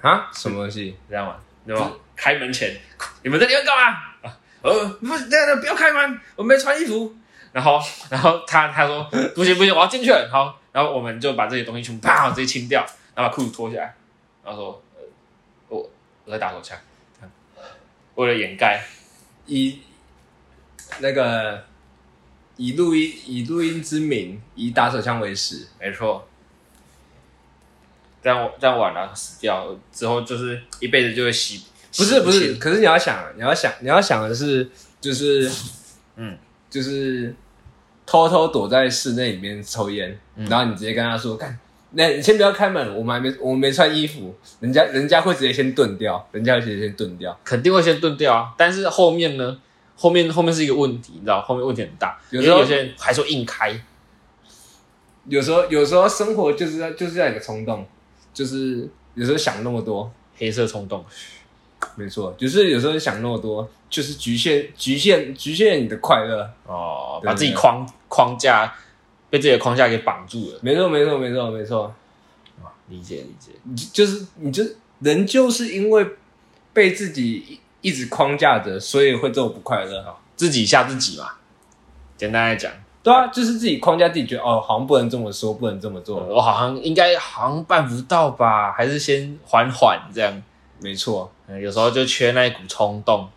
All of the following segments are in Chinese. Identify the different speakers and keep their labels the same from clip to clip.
Speaker 1: 啊，什么东西？
Speaker 2: 这样玩，对吧？开门前，你们在里面干嘛？啊呃，不是，这样不要开门，我没穿衣服。然后，然后他他说不行不行，我要进去了。好，然后我们就把这些东西全部啪直接清掉，然后把裤子脱下来，然后说，呃我我在打手枪，这样为了掩盖，
Speaker 1: 以那个以录音以录音之名，以打手枪为食。
Speaker 2: 没错。这样我这样晚了死掉之后，就是一辈子就会洗。
Speaker 1: 不是不
Speaker 2: 洗
Speaker 1: 是，可是你要想，啊你要想，你要想的是，就是，
Speaker 2: 嗯，
Speaker 1: 就是偷偷躲在室内里面抽烟，然后你直接跟他说，看，那你先不要开门，我们还没，我们没穿衣服，人家人家会直接先顿掉，人家会直接先顿掉，
Speaker 2: 肯定会先钝掉啊。但是后面呢？后面后面是一个问题，你知道，后面问题很大。
Speaker 1: 有
Speaker 2: 因
Speaker 1: 时
Speaker 2: 为
Speaker 1: 候
Speaker 2: 有些人还说硬开，
Speaker 1: 有时候有时候生活就是要就是要有个冲动，就是有时候想那么多，
Speaker 2: 黑色冲动。
Speaker 1: 没错，就是有时候想那么多，就是局限局限局限你的快乐，
Speaker 2: 哦，
Speaker 1: 对
Speaker 2: 把自己框框架被自己的框架给绑住了。
Speaker 1: 没错没错没错没错，
Speaker 2: 理解理解，
Speaker 1: 你就就是你就人就是因为被自己一一直框架着，所以会这么不快乐。
Speaker 2: 自己吓自己嘛。简单来讲，
Speaker 1: 对啊，就是自己框架自己，觉得哦，好像不能这么说，不能这么做。
Speaker 2: 我好像应该好像办不到吧，还是先缓缓这样。
Speaker 1: 没错，
Speaker 2: 嗯，有时候就缺那一股冲动。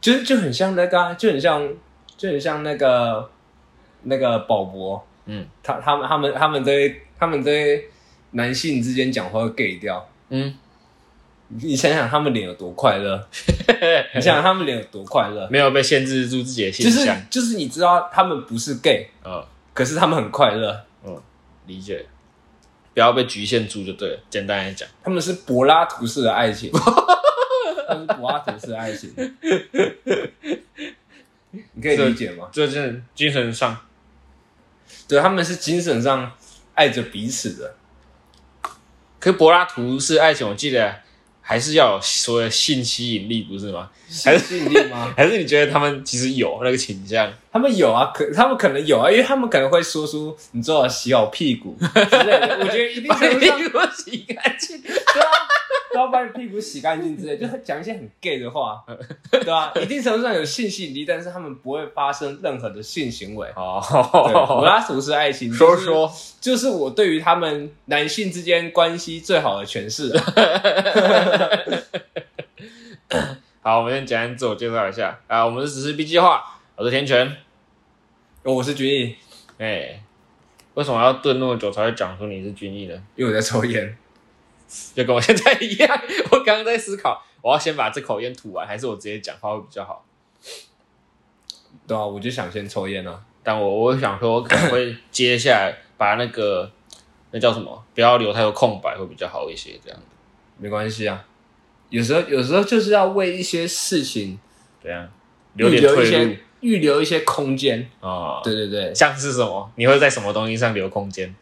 Speaker 1: 就就很像那个啊、就很像，就很像那个那个宝博，
Speaker 2: 嗯
Speaker 1: 他他们他们他们对他们对男性之间讲话会 gay 掉。
Speaker 2: 嗯，
Speaker 1: 你想想他们脸有多快 乐，你想想他们脸有多快乐，
Speaker 2: 没有被限制住自己的
Speaker 1: 就
Speaker 2: 现
Speaker 1: 是
Speaker 2: 象。
Speaker 1: 就是你知道他们不是 gay，
Speaker 2: 嗯，
Speaker 1: 可是他们很快乐。
Speaker 2: 理解。不要被局限住就对了。简单来讲，
Speaker 1: 他们是柏拉图式的爱 情，他们是柏拉图式的爱 情，你可以理解吗？
Speaker 2: 这是精神上
Speaker 1: 对，他们是精神上爱着彼此 的，
Speaker 2: 可是柏拉图式爱情，我记得还是要有所谓的性吸引力，不是吗？还是
Speaker 1: 吸引力吗？
Speaker 2: 还是你觉得他们其实有那个倾向？
Speaker 1: 他们有啊，可他们可能有啊，因为他们可能会说出你知道洗好屁股之类的，我觉得一定
Speaker 2: 把
Speaker 1: 程
Speaker 2: 你
Speaker 1: 度 上
Speaker 2: 屁股洗干净，
Speaker 1: 对啊，都要把你屁股洗干净之类，就是讲一些很 gay 的话，对 吧、啊？一定程度上有性吸引力，但是他们不会发生任何的性行为。对，柏
Speaker 2: 哦，
Speaker 1: 拉图式爱情，
Speaker 2: 说
Speaker 1: 就是
Speaker 2: 说，
Speaker 1: 就是我对于他们男性之间关系最好的诠 释、啊。
Speaker 2: 好，我们先简单自我介绍一下啊，我们是只是 B 计划，我是田泉，
Speaker 1: 哦我是军毅，
Speaker 2: 哎、为什么要顿那么久才会讲出你是军医呢？
Speaker 1: 因为我在抽烟。
Speaker 2: 就跟我现在一样，我刚刚在思考，我要先把这口烟吐完，还是我直接讲话会比较好？
Speaker 1: 对啊，我就想先抽烟啊。
Speaker 2: 但我我想说，我可能会接下来把那个那叫什么，不要留太多空白，会比较好一些。这样，
Speaker 1: 没关系啊。有时候，有时候就是要为一些事情
Speaker 2: 这样留
Speaker 1: 预
Speaker 2: 点
Speaker 1: 留一
Speaker 2: 退路
Speaker 1: 些预留一些空间。
Speaker 2: 啊。
Speaker 1: 对对对，
Speaker 2: 像是什么？你会在什么东西上留空间？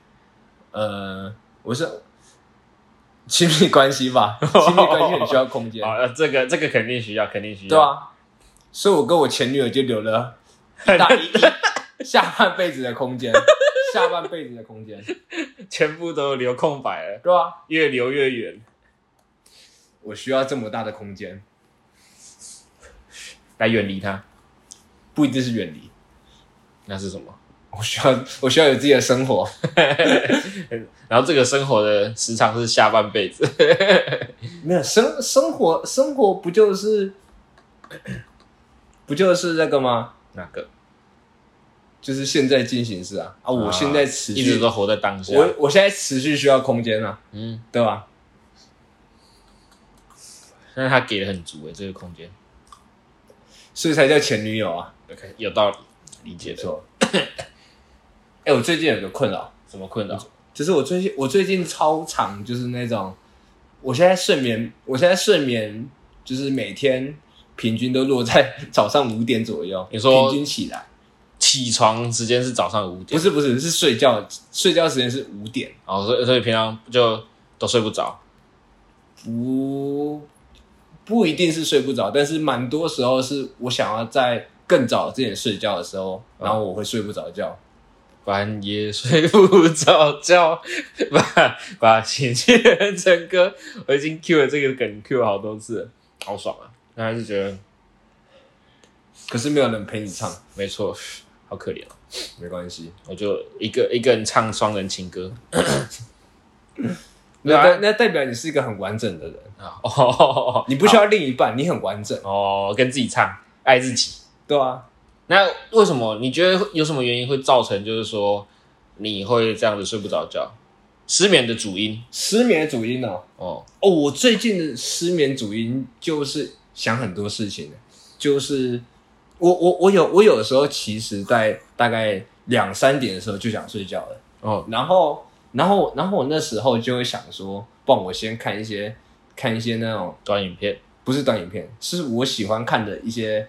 Speaker 1: 呃，我是亲密关系 吧，亲密关系很需要空间，
Speaker 2: 啊，呃这个这个肯定需要，肯定需要。
Speaker 1: 对，啊。所以我跟我前女友就留了一大一一 下半辈子的空 间，下半辈子的空间，
Speaker 2: 全部都留空白了，
Speaker 1: 对啊。
Speaker 2: 越留越远。
Speaker 1: 我需要这么大的空间，
Speaker 2: 来远离它，
Speaker 1: 不一定是远离，
Speaker 2: 那是什么？
Speaker 1: 我需要我需要有自己的生活。
Speaker 2: 然后这个生活的时长是下半辈子，
Speaker 1: 没有生生活生活不就是 不就是那个吗？
Speaker 2: 那个
Speaker 1: 就是现在进行式啊啊！我现在持续
Speaker 2: 一直都活在当下。
Speaker 1: 我我现在持续需要空间啊，
Speaker 2: 嗯，
Speaker 1: 对吧？
Speaker 2: 那他给的很足诶，欸这个空间
Speaker 1: 所以才叫前女友啊，
Speaker 2: ，OK，有道理，理解
Speaker 1: 没
Speaker 2: 的。
Speaker 1: 错。 哎、我最近有个困扰，
Speaker 2: 什么困扰？
Speaker 1: 就是我最近我最近超常就是那种，我现在睡眠，我现在睡眠就是每天平均都落在早上五点左右。
Speaker 2: 你说
Speaker 1: 平均起来？
Speaker 2: 起床时间是早上五
Speaker 1: 不
Speaker 2: 点，
Speaker 1: 是不是，是睡觉睡觉时间是五点，
Speaker 2: 哦，所以所以平常就都睡不着，
Speaker 1: 不不一定是睡不着，但是蛮多时嗯候是我想要在更早之前睡觉的时候，然后我会睡不着觉。
Speaker 2: 半夜睡不着觉， 把把嫌弃人成歌，我已经 Q 了这个梗 Q 了好多次了，好爽啊！那还是觉得
Speaker 1: 可是没有人陪你唱，
Speaker 2: 没错，好可怜哦、
Speaker 1: 没关系。
Speaker 2: 我就一个一个人唱双人 情歌对
Speaker 1: 那
Speaker 2: 啊
Speaker 1: 代那代表你是一个很完整的人，
Speaker 2: 啊，哦
Speaker 1: 你不需要另一半，你很完整，
Speaker 2: 哦，跟自己唱，爱自己。
Speaker 1: 对啊。
Speaker 2: 那为什么你觉得有什么原因会造成，就是说你会这样子睡不着觉，失眠的主因？
Speaker 1: 失眠的主因哦，
Speaker 2: 哦，
Speaker 1: 哦，我最近的失眠主因就是想很多事情，就是我我我有我有的时候其实在大概两三点的时候就想睡觉了，
Speaker 2: 哦，
Speaker 1: 然后然后然后我那时候就会想说，不然我先看一些看一些那种
Speaker 2: 短影片，
Speaker 1: 不是短影片，是我喜欢看的一些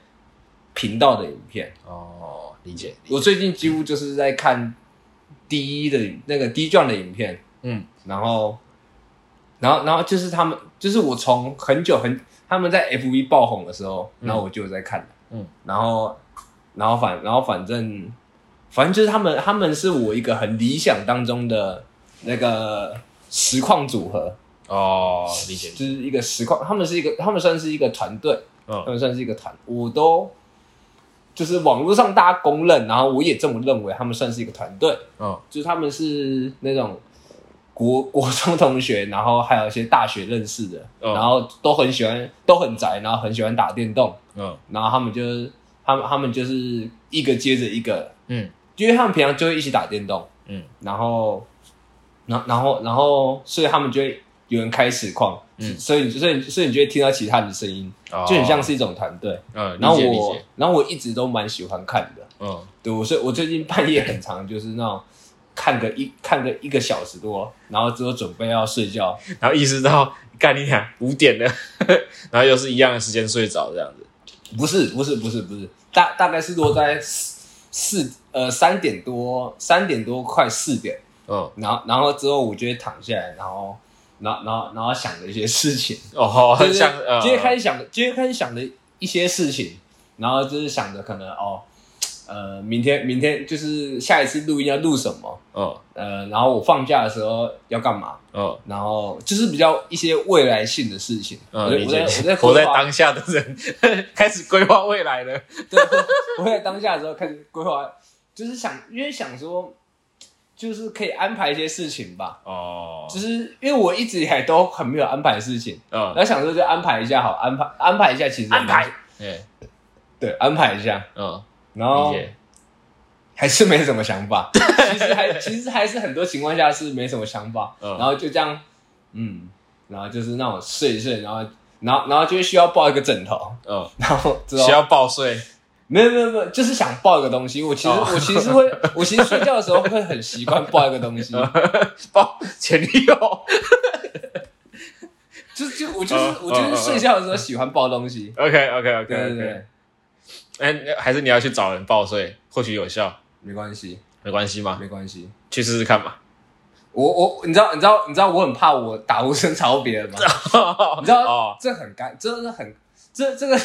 Speaker 1: 频道的影片。
Speaker 2: 哦，理解，
Speaker 1: 我最近几乎就是在看第一的那个 D 卷的影片，
Speaker 2: 嗯，
Speaker 1: 然后，然后，然后就是他们，就是我从很久很他们在 FV 爆红的时候，
Speaker 2: 嗯
Speaker 1: 然后我就有在看，
Speaker 2: 嗯，
Speaker 1: 然后，然后反，然后反正，反正就是他们，他们是我一个很理想当中的那个实况组合，
Speaker 2: 哦，理解，
Speaker 1: 就是一个实况，他们是一个，他们算是一个团队，他
Speaker 2: 嗯，
Speaker 1: 们算是一个团，我都就是网络上大家公认，然后我也这么认为，他们算是一个团队，
Speaker 2: 嗯，
Speaker 1: 就是他们是那种国国中同学，然后还有一些大学认识的，
Speaker 2: 哦
Speaker 1: 然后都很喜欢，都很宅，然后很喜欢打电动，
Speaker 2: 嗯，
Speaker 1: 然后他们就是他们他们就是一个接着一个，
Speaker 2: 嗯，
Speaker 1: 因为他们平常就会一起打电动，
Speaker 2: 嗯，
Speaker 1: 然后，然然后然后，所以他们就会有人开实况，
Speaker 2: 嗯
Speaker 1: 所以所以所以你就会听到其他人的声音，
Speaker 2: 哦
Speaker 1: 就很像，是一种团队。
Speaker 2: 嗯，
Speaker 1: 然后
Speaker 2: 理解，理
Speaker 1: 我
Speaker 2: 解，
Speaker 1: 然后我一直都蛮喜欢看的，
Speaker 2: 嗯，
Speaker 1: 对我所以我最近半夜很长，就是那种看个一看个一个小时多，然后之后准备要睡觉，
Speaker 2: 然后意识到干你俩五点了， 然后又是一样的时间睡着这样子，
Speaker 1: 不是不是不是不是，大大概是落在四四呃三点多三点多快四点，
Speaker 2: 嗯，
Speaker 1: 然后然后之后我就会躺下来，然后然后然后然后想着一些事情，
Speaker 2: 哦，
Speaker 1: 就
Speaker 2: 很
Speaker 1: 是
Speaker 2: 像，呃，
Speaker 1: 就会开始想，就会开始想着一些事情，然后就是想着可能哦。呃，明天明天就是下一次录音要录什么，
Speaker 2: 嗯，
Speaker 1: 呃，然后我放假的时候要干嘛？
Speaker 2: 嗯，
Speaker 1: 然后就是比较一些未来性的事情。
Speaker 2: 嗯，
Speaker 1: 我在
Speaker 2: 理
Speaker 1: 我
Speaker 2: 解
Speaker 1: 在
Speaker 2: 理
Speaker 1: 我
Speaker 2: 解，
Speaker 1: 在
Speaker 2: 活在
Speaker 1: 规划
Speaker 2: 当下的人 开始规划未来了，
Speaker 1: 对，我我在当下的时候开始规划，就是想因为想说，就是可以安排一些事情吧。
Speaker 2: 哦
Speaker 1: 就，是呃因为我一直以来都很没有安排事情，
Speaker 2: 嗯
Speaker 1: 然，后想说就安排一下好，安排安排一下，其实也蛮
Speaker 2: 安排哎，
Speaker 1: 对安排一下，
Speaker 2: 嗯，
Speaker 1: 然
Speaker 2: 理
Speaker 1: 后
Speaker 2: 解，
Speaker 1: 还是没什么想 法。其实还其实还是很多情况下是没什么想法，
Speaker 2: 嗯
Speaker 1: 然后就这样，嗯，然后就是那种睡一睡，然后然后然后就会需要抱一个枕头，
Speaker 2: 嗯，
Speaker 1: 然后之后
Speaker 2: 需要报税，
Speaker 1: 没有没有没有，就是想抱一个东西。我其实、
Speaker 2: 哦
Speaker 1: 我其实会，我其实睡觉的时候会很习惯抱一个 东西，
Speaker 2: 嗯报前女 友，
Speaker 1: 就就我就是、
Speaker 2: 哦
Speaker 1: 我就
Speaker 2: 哦哦
Speaker 1: 是睡觉的时候喜欢抱东西。
Speaker 2: OK OK OK
Speaker 1: 对对
Speaker 2: OK，
Speaker 1: 对，
Speaker 2: 哎，还是你要去找人报税，或许有效，
Speaker 1: 没关系
Speaker 2: 没关系嘛，
Speaker 1: 没关系。
Speaker 2: 去试试看嘛。
Speaker 1: 我我你知道你知道你知道我很怕我打呼声吵到别人吗？
Speaker 2: 你
Speaker 1: 你知道、
Speaker 2: 哦，
Speaker 1: 这很干，这是很这这个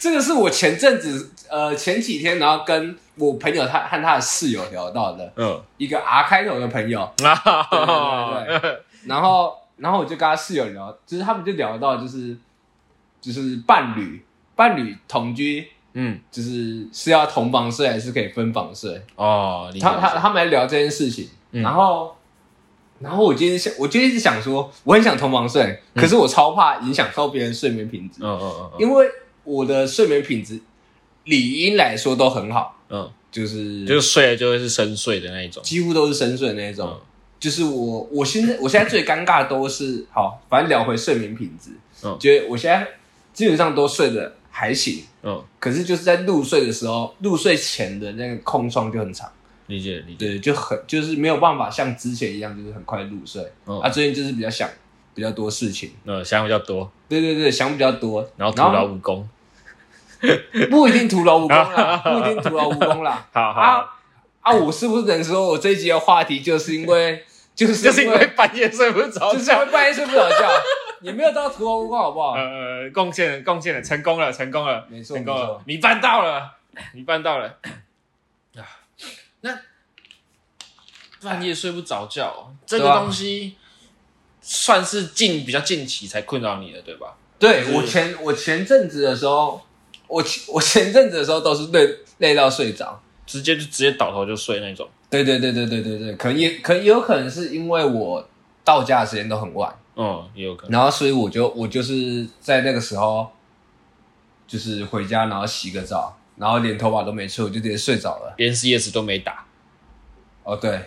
Speaker 1: 这个是我前阵子呃前几天然后跟我朋友他和他的室友聊到的
Speaker 2: 嗯，
Speaker 1: 一个 R 开头的朋友，
Speaker 2: 啊，
Speaker 1: 对然后，然后我就跟他室友聊，就是他们就聊到就是就是伴侣伴侣同居，
Speaker 2: 嗯，
Speaker 1: 就是是要同房睡还是可以分房睡？
Speaker 2: 哦，理解
Speaker 1: 他他
Speaker 2: 理解
Speaker 1: 他们来聊这件事情，
Speaker 2: 嗯
Speaker 1: 然后然后我今天想，我就一直想说，我很想同房睡，可是我超怕影响到别人睡眠品质，
Speaker 2: 嗯嗯嗯
Speaker 1: 因为我的睡眠品质理应来说都很好，
Speaker 2: 嗯
Speaker 1: 就是
Speaker 2: 嗯，就是睡了就会是深睡的那一种。
Speaker 1: 几乎都是深睡那种。
Speaker 2: 嗯
Speaker 1: 就是我，我现在我现在最尴尬的都是好，反正聊回睡眠品质，
Speaker 2: 嗯
Speaker 1: 觉得我现在基本上都睡得还行，
Speaker 2: 嗯，
Speaker 1: 可是就是在入睡的时候，入睡前的那个空窗就很长，
Speaker 2: 理解理解。
Speaker 1: 对，就很就是没有办法像之前一样，就是很快入睡。
Speaker 2: 嗯
Speaker 1: 啊，最近就是比较想比较多事情，
Speaker 2: 嗯，想法比较多，
Speaker 1: 对对对，想比较多，
Speaker 2: 然后徒劳无功。
Speaker 1: 不一定徒劳无功啦，不一定徒劳无功啦。
Speaker 2: 好好，
Speaker 1: 啊啊，我是不是能说我这一集的话题就是因为就是
Speaker 2: 就是因为半夜睡不着
Speaker 1: 就是会
Speaker 2: 觉。
Speaker 1: 半夜睡不着觉，也没有到徒劳无功，好不好？
Speaker 2: 呃，贡献了，贡献了，成功了，成功了，
Speaker 1: 没错，
Speaker 2: 成
Speaker 1: 没
Speaker 2: 功
Speaker 1: 错
Speaker 2: 啊了，，你办到了，你办到了。半夜睡不着觉，这个
Speaker 1: 对啊
Speaker 2: 东西算是近比较近期才困扰你的，对吧？
Speaker 1: 对
Speaker 2: 就是
Speaker 1: 我前我前阵子的时候，我前我前阵子的时候都是累累到睡着。
Speaker 2: 直接就直接倒头就睡那种。
Speaker 1: 对对对对对对对，可能也可能也有可能是因为我到家的时间都很晚，
Speaker 2: 嗯，也有可能。
Speaker 1: 然后所以我就我就是在那个时候，就是回家然后洗个澡，然后连头发都没吹，我就直接睡着了。
Speaker 2: 连 CS 都没 打，
Speaker 1: 哦，对，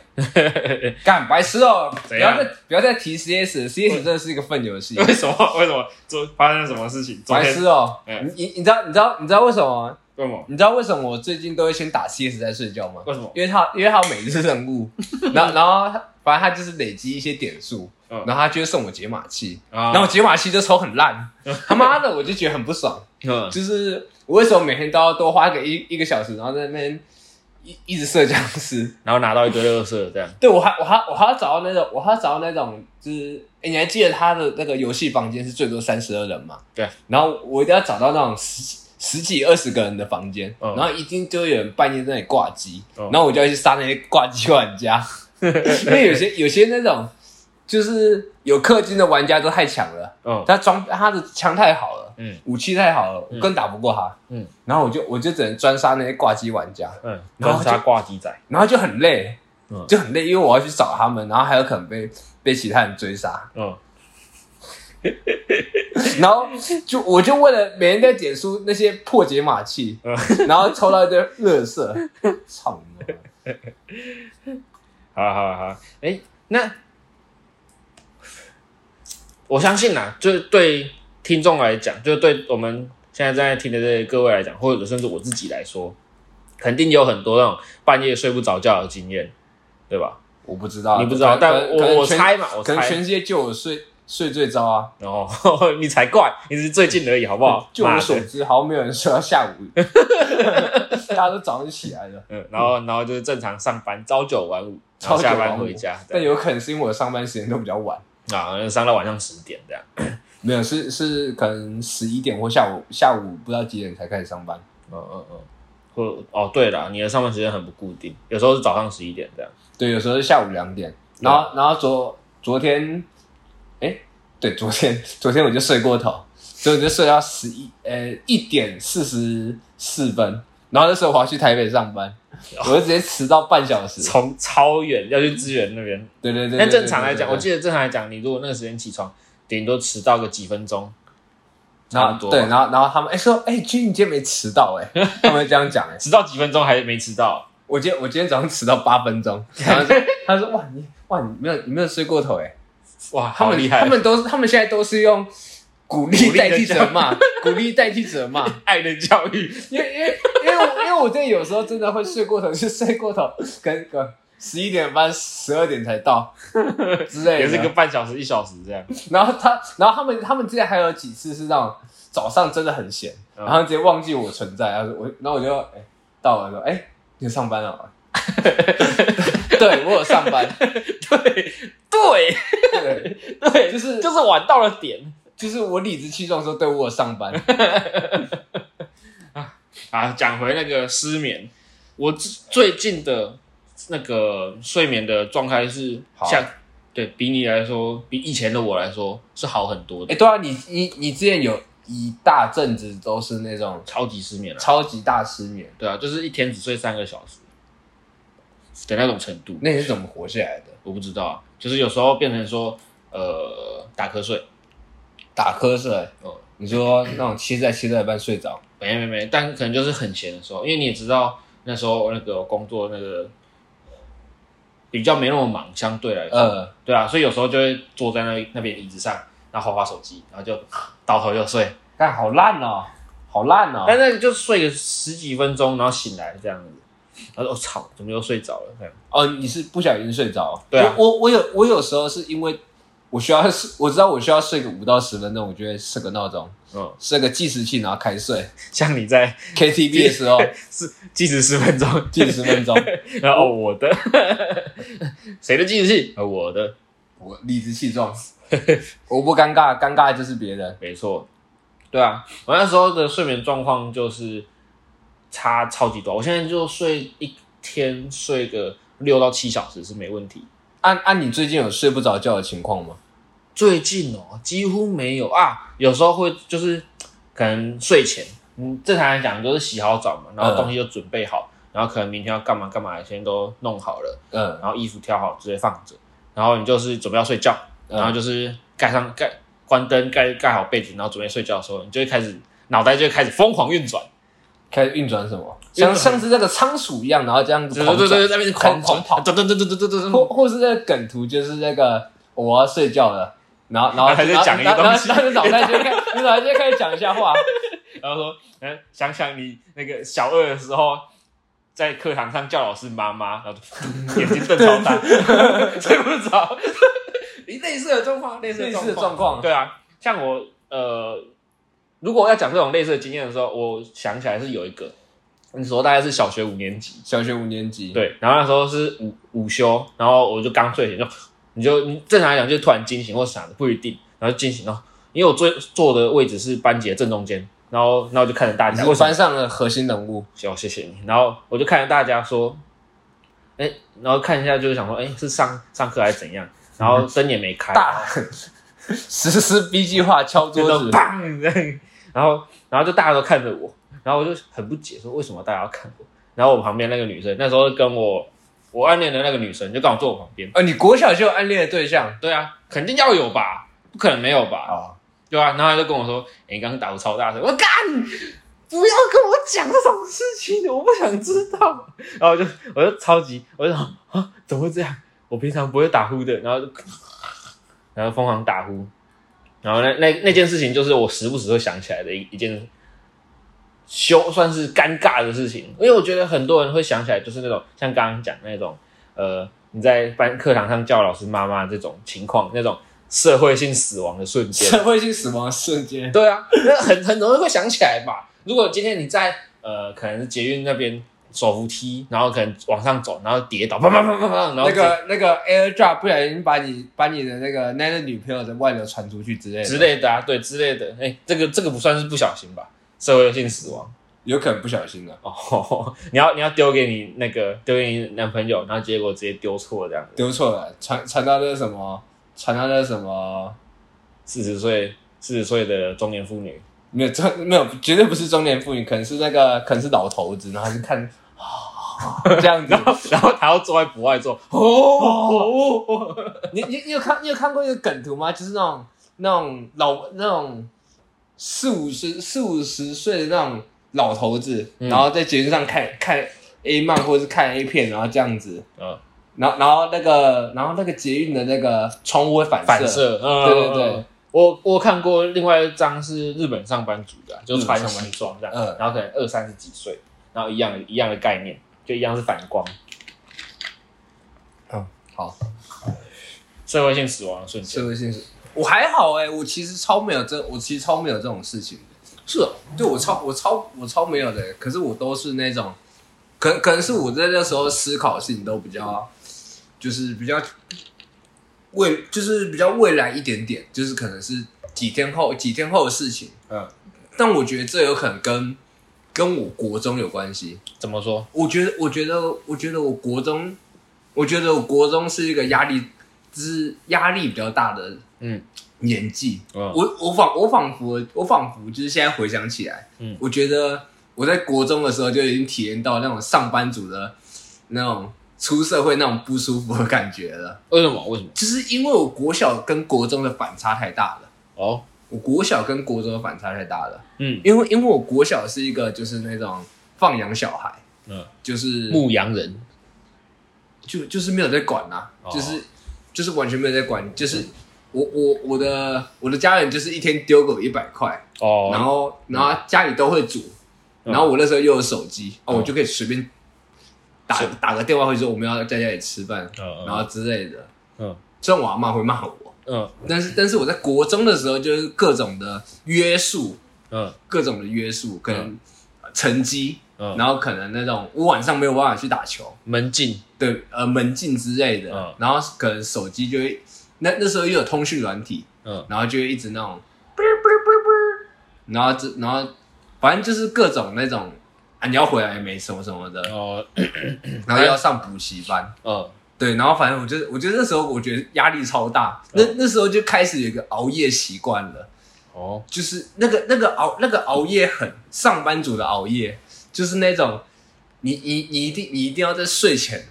Speaker 1: 干白痴哦！不
Speaker 2: 怎样
Speaker 1: 要再不要再提 CS，CS 真的是一个粪游戏，
Speaker 2: 为什么？为什么？昨发生了什么事情？昨
Speaker 1: 白
Speaker 2: 天
Speaker 1: 痴哦！你
Speaker 2: 嗯
Speaker 1: 你你知道你知道你知道为什么吗？
Speaker 2: 为什么？
Speaker 1: 你知道为什么我最近都会先打 CS 再睡觉吗？
Speaker 2: 为什么？
Speaker 1: 因为他因为他有每日任 务，然后然后他反正他就是累积一些点数，
Speaker 2: 嗯
Speaker 1: 然后他就会送我解码器，
Speaker 2: 啊
Speaker 1: 然后我解码器就抽很烂，他妈的我就觉得很不爽，
Speaker 2: 嗯，
Speaker 1: 就是我为什么每天都要多花个一一个小时，然后在那边一一直射僵尸？
Speaker 2: 然后拿到一堆乐色这样。
Speaker 1: 对我还我还我还要找到那种我还要找到那种就是，哎、你还记得他的那个游戏房间是最多三十二人嘛？
Speaker 2: 对。
Speaker 1: 然后我一定要找到那种十十几二十个人的房间，
Speaker 2: 嗯
Speaker 1: 然后一定就会有人半夜在那里挂机，
Speaker 2: 嗯
Speaker 1: 然后我就要去杀那些挂机玩 家，因为有些有些那种就是有氪金的玩家都太强了，
Speaker 2: 嗯，
Speaker 1: 他装他的枪太好了，
Speaker 2: 嗯，
Speaker 1: 武器太好了，我
Speaker 2: 嗯
Speaker 1: 更打不过他，
Speaker 2: 嗯，
Speaker 1: 然后我就我就只能专杀那些挂机玩家，
Speaker 2: 嗯，
Speaker 1: 然后
Speaker 2: 跟
Speaker 1: 就
Speaker 2: 杀挂机仔，
Speaker 1: 然后就很累
Speaker 2: 嗯，
Speaker 1: 就很累，因为我要去找他们，然后还有可能被被其他人追杀，
Speaker 2: 嗯，
Speaker 1: 然后就我就为了每天在点数那些破解码器
Speaker 2: 嗯，
Speaker 1: 然后抽到一堆乐色，操你妈！
Speaker 2: 好啊好啊好啊，哎、那我相信啦，就是对听众来讲，就是对我们现在正在听的这些各位来讲，或者甚至我自己来说，肯定有很多那种半夜睡不着觉的经验，对吧？
Speaker 1: 我不知道，
Speaker 2: 你不知道，但
Speaker 1: 啊可能可
Speaker 2: 我
Speaker 1: 能
Speaker 2: 我
Speaker 1: 全
Speaker 2: 猜嘛，我
Speaker 1: 可能全
Speaker 2: 猜，
Speaker 1: 世界就我睡睡最糟啊，
Speaker 2: 然后 你才怪，你只是最近而已，好不好？
Speaker 1: 就我
Speaker 2: 妈
Speaker 1: 所
Speaker 2: 的
Speaker 1: 知，好像没有人睡到下午， 大家都早上起来了。
Speaker 2: 嗯，然后然后就是正常上班，朝九晚五，然
Speaker 1: 朝
Speaker 2: 后
Speaker 1: 九
Speaker 2: 下
Speaker 1: 晚
Speaker 2: 班
Speaker 1: 五
Speaker 2: 回家，
Speaker 1: 但
Speaker 2: 对
Speaker 1: 有可能是因为我上班时间都比较晚，
Speaker 2: 啊，上到晚上十点这样。
Speaker 1: 没有是是可能十一点或下午下午不知道几点才开始上班。
Speaker 2: 嗯嗯嗯，或哦对了，你的上班时间很不固定，有时候是早上十一点这样。
Speaker 1: 对，有时候是下午两点，然后然后昨昨天，哎、对，昨天昨天我就睡过头，所以我就睡到十一呃一点四十四分，然后那时候我要去台北上 班，我就直接迟到半小时。
Speaker 2: 从超远要去支援那边。
Speaker 1: 对对对
Speaker 2: 但正常来讲，我
Speaker 1: 得
Speaker 2: 记得正常来讲，你如果那个时间起床，顶多迟到个几分钟，差
Speaker 1: 然
Speaker 2: 不
Speaker 1: 后
Speaker 2: 多。
Speaker 1: 对，，然后然后他们哎、诶说哎、君你今天没迟到 哎、诶他们会这样讲哎、诶
Speaker 2: 迟到几分钟还没迟到，
Speaker 1: 我今天我今天早上迟到八分钟，然后说他说哇你哇你没有你没有睡过头哎、诶
Speaker 2: 哇，
Speaker 1: 他
Speaker 2: 好
Speaker 1: 们
Speaker 2: 厉害！
Speaker 1: 他们都是他们现在都是用鼓
Speaker 2: 鼓
Speaker 1: 励
Speaker 2: 励的
Speaker 1: 代替责骂， 鼓励代替责骂。
Speaker 2: 爱的教育，
Speaker 1: 因为因为因为我因为我真的有时候真的会睡过头，就睡过头，跟个十一点半、十二点才 到之类的。
Speaker 2: 也是个半小时一小时这样。
Speaker 1: 然后他，然后他们他们之前还有几次是那种早上真的很闲，
Speaker 2: 嗯
Speaker 1: 然后直接忘记我存在，然后我然后我就哎、到了说哎、你上班了吗？ 对我有上班，
Speaker 2: 对对
Speaker 1: 对，就
Speaker 2: 对，就是是就是晚到了点
Speaker 1: 就是我理直气壮说对我有上班，
Speaker 2: 啊。讲回那个失眠，我最最近的那个睡眠的状态是
Speaker 1: 好
Speaker 2: 像对比你来说，比以前的我来说是好很多的
Speaker 1: 哎、，对啊，你你你之前有一大阵子都是那种
Speaker 2: 超级失眠了、啊
Speaker 1: 超级大失眠，
Speaker 2: 对啊，就是一天只睡三个小时的那种程度，
Speaker 1: 那你是怎么活下来的？
Speaker 2: 我不知道啊。就是有时候变成说，呃，打瞌睡，
Speaker 1: 打瞌睡，
Speaker 2: 哦，
Speaker 1: 你说那种切在切在一半睡着，
Speaker 2: 没没没，但可能就是很闲的时候，因为你也知道那时候那个工作那个比较没那么忙，相对来说，
Speaker 1: 呃，
Speaker 2: 对啊，所以有时候就会坐在那那边椅子上，然后划划手机，然后就倒头就睡，
Speaker 1: 但好烂哦，好烂哦。
Speaker 2: 但那个就睡个十几分钟，然后醒来这样子，然后说我、哦操，怎么又睡着了？这样，
Speaker 1: 哦，你是不小心睡着？哦
Speaker 2: 对啊
Speaker 1: 我我我有我有时候是因为我需要 睡，我知道我需要睡个五到十分钟，我就会设个闹钟，
Speaker 2: 嗯，
Speaker 1: 设个计时器，然后开睡。
Speaker 2: 像你在
Speaker 1: KTV 的时 候
Speaker 2: 是计时十分钟，
Speaker 1: 计十分钟，
Speaker 2: 然后、哦、我的， 谁的计时器？呃，我的，
Speaker 1: 我理直气壮， 我不尴尬，尴尬的就是别人。
Speaker 2: 没错。对啊，我那时候的睡眠状况就是差超级多，我现在就睡一天睡个六到七小时是没问题。
Speaker 1: 按按啊你最近有睡不着觉的情况吗？
Speaker 2: 最近哦，几乎没有啊，有时候会就是可能睡前，嗯，正常来讲就是洗好澡嘛，然后东西就准备好，然后可能明天要干嘛干嘛，先都弄好了，
Speaker 1: 嗯
Speaker 2: 然后衣服挑好直接放着，然后你就是准备要睡觉，
Speaker 1: 嗯
Speaker 2: 然后就是盖上盖关灯盖盖好被子，然后准备睡觉的时候，你就会开始脑袋就会开始疯狂运转，
Speaker 1: 开始运转什么？
Speaker 2: 运
Speaker 1: 像
Speaker 2: 转
Speaker 1: 像是那个仓鼠一样，然后这样子
Speaker 2: 对
Speaker 1: 狂
Speaker 2: 对对
Speaker 1: 转，
Speaker 2: 对，在那边狂狂跑，对对对对对对对
Speaker 1: 或，或是那个梗图，就是那个我要睡觉了，然后然后
Speaker 2: 还在讲一个
Speaker 1: 然后然
Speaker 2: 东
Speaker 1: 后
Speaker 2: 西
Speaker 1: 然后你脑袋就开，你脑袋就开始讲一下话，
Speaker 2: 然后说，嗯，想想你那个小二的时候，在课堂上叫老师妈妈，然后 就眼睛瞪超大，睡不 着，类似的状况，类似的
Speaker 1: 类
Speaker 2: 状
Speaker 1: 似的
Speaker 2: 况，
Speaker 1: 状况，
Speaker 2: 对啊，像我呃，如果要讲这种类似的经验的时候，我想起来是有一个，那时候大概是小学五年级，
Speaker 1: 小学五年级，
Speaker 2: 对，然后那时候是午午休，然后我就刚睡醒，就你就你正常来讲就突然惊醒或傻的不一定，然后就惊醒了，因为我坐坐的位置是班级的正中间，然后然后我就看着大
Speaker 1: 你
Speaker 2: 家，
Speaker 1: 是
Speaker 2: 为什么
Speaker 1: 班上的核心人物，
Speaker 2: 行，谢谢你。然后我就看着大家说，哎、然后看一下就是想说，哎、是上上课还是怎样？然后灯也没
Speaker 1: 嗯
Speaker 2: 开，
Speaker 1: 大实施 B 计划敲
Speaker 2: 就
Speaker 1: 桌
Speaker 2: 那种
Speaker 1: 子，
Speaker 2: 砰这样，然后然后就大家都看着我，然后我就很不解，说为什么大家要看我？然后我旁边那个女生，那时候跟我我暗恋的那个女生，就刚好坐我旁边。
Speaker 1: 呃，你国小就有暗恋的对象
Speaker 2: 对啊，肯定要有吧，不可能没有吧？
Speaker 1: 啊？
Speaker 2: 对啊，然后他就跟我说，哎、你刚刚打我超大声，我干，不要跟我讲这种事情，我不想知道。 然后我就我就超级，我就想啊，怎么会这样？我平常不会打呼的，然后就 然后疯狂打呼，然后那那那件事情就是我时不时会想起来的一一件羞算是尴尬的事情，因为我觉得很多人会想起来，就是那种像刚刚讲那种呃你在班课堂上叫老师妈妈这种情况，那种社会性死亡的瞬 间，
Speaker 1: 社会性死亡的瞬间，
Speaker 2: 对啊，那很很容易会想起来吧。如果今天你在呃，可能是捷运那边手扶梯，然后可能往上走，然后跌倒，砰砰砰砰砰， 然后
Speaker 1: 那个那个 AirDrop 不小心把你把你的那个那个女朋友的外流传出去之类的，
Speaker 2: 之类的啊，对之类的。哎、这个这个不算是不小心吧？社会性死亡
Speaker 1: 有可能不小心的，
Speaker 2: 哦， 你要你要丢给你那个丢给你男朋友，然后结果直接丢错这样子。
Speaker 1: 丢错了，传传到那个什么，传到那个什么，
Speaker 2: 四十岁四十岁的中年妇女，
Speaker 1: 没有中没有，绝对不是中年妇女，可能是那个可能是老头子，然后就看 这样子
Speaker 2: 然。后然后她要坐在不外坐， 哦，哦
Speaker 1: 你你你有看你有看过一个梗图吗？就是那种那种老那种四五十四五十岁的那种老头子，
Speaker 2: 嗯
Speaker 1: 然后在节目上看看 A 漫或者是看 A 片，然后这样子，
Speaker 2: 嗯，
Speaker 1: 然后然后那个然后那个捷运的那个窗户会反射，
Speaker 2: 反射，嗯，
Speaker 1: 对对对
Speaker 2: 嗯。我我看过另外一张是日本上班族的啊、就穿
Speaker 1: 日本
Speaker 2: 上班装这样，
Speaker 1: 嗯
Speaker 2: 然后可能二三十几岁，然后一样一样的概念，就一样是反光，
Speaker 1: 嗯，好，
Speaker 2: 社会性死亡的瞬间。
Speaker 1: 社会现实。我还好哎、我其实超没有这，我其实超没有这种事情的。
Speaker 2: 是哦，
Speaker 1: 对我超我超我超没有的、欸可是我都是那种，可能可能是我在那时候思考的事情都比较，就是比较未就是比较未来一点点，就是可能是几天后几天后的事情。
Speaker 2: 嗯，
Speaker 1: 但我觉得这有可能跟跟我国中有关系。
Speaker 2: 怎么说？
Speaker 1: 我觉得，我觉得，我觉得我国中，我觉得我国中是一个压力，就是压力比较大的
Speaker 2: 嗯
Speaker 1: 年纪。
Speaker 2: 嗯
Speaker 1: 我我仿我仿佛我仿佛就是现在回想起来，
Speaker 2: 嗯
Speaker 1: 我觉得我在国中的时候就已经体验到那种上班族的那种出社会那种不舒服的感觉了，
Speaker 2: 为什么？为什么？
Speaker 1: 就是因为我国小跟国中的反差太大了，
Speaker 2: 哦，
Speaker 1: 我国小跟国中的反差太大了，
Speaker 2: 嗯
Speaker 1: 因为因为我国小是一个就是那种放养小孩，
Speaker 2: 嗯，
Speaker 1: 就是
Speaker 2: 牧羊人，
Speaker 1: 就就是没有在管啦、
Speaker 2: 哦
Speaker 1: 就是就是完全没有在管，就是我我我的我的家人就是一天丢给我一百块，
Speaker 2: 哦，
Speaker 1: 然后然后家里都会煮，
Speaker 2: 嗯
Speaker 1: 然后我那时候又有手机，哦，
Speaker 2: 嗯
Speaker 1: 我就可以随便打
Speaker 2: 是
Speaker 1: 打个电话会说我们要在家里吃饭，
Speaker 2: 嗯
Speaker 1: 然后之类的。
Speaker 2: 嗯
Speaker 1: 虽然我阿妈会骂我，
Speaker 2: 嗯
Speaker 1: 但是但是我在国中的时候就是各种的约束，
Speaker 2: 嗯
Speaker 1: 各种的约束，可能成绩，
Speaker 2: 嗯，
Speaker 1: 然后可能那种我晚上没有办法去打球。
Speaker 2: 门禁，
Speaker 1: 对呃门禁之类的，
Speaker 2: 嗯
Speaker 1: 然后可能手机就会那那时候又有通讯软体，
Speaker 2: 嗯
Speaker 1: 然后就会一直那种，然后这然后反正就是各种那种啊，你要回来也没什么什么的，
Speaker 2: 哦，
Speaker 1: 然后又要上补习班，
Speaker 2: 嗯，
Speaker 1: 对，然后反正我就我觉得那时候我觉得压力超大，那
Speaker 2: 嗯
Speaker 1: 那时候就开始有一个熬夜习惯了，
Speaker 2: 哦，
Speaker 1: 就是那个那个熬那个熬夜很上班族的熬夜，就是那种你你你一定你一定要在睡前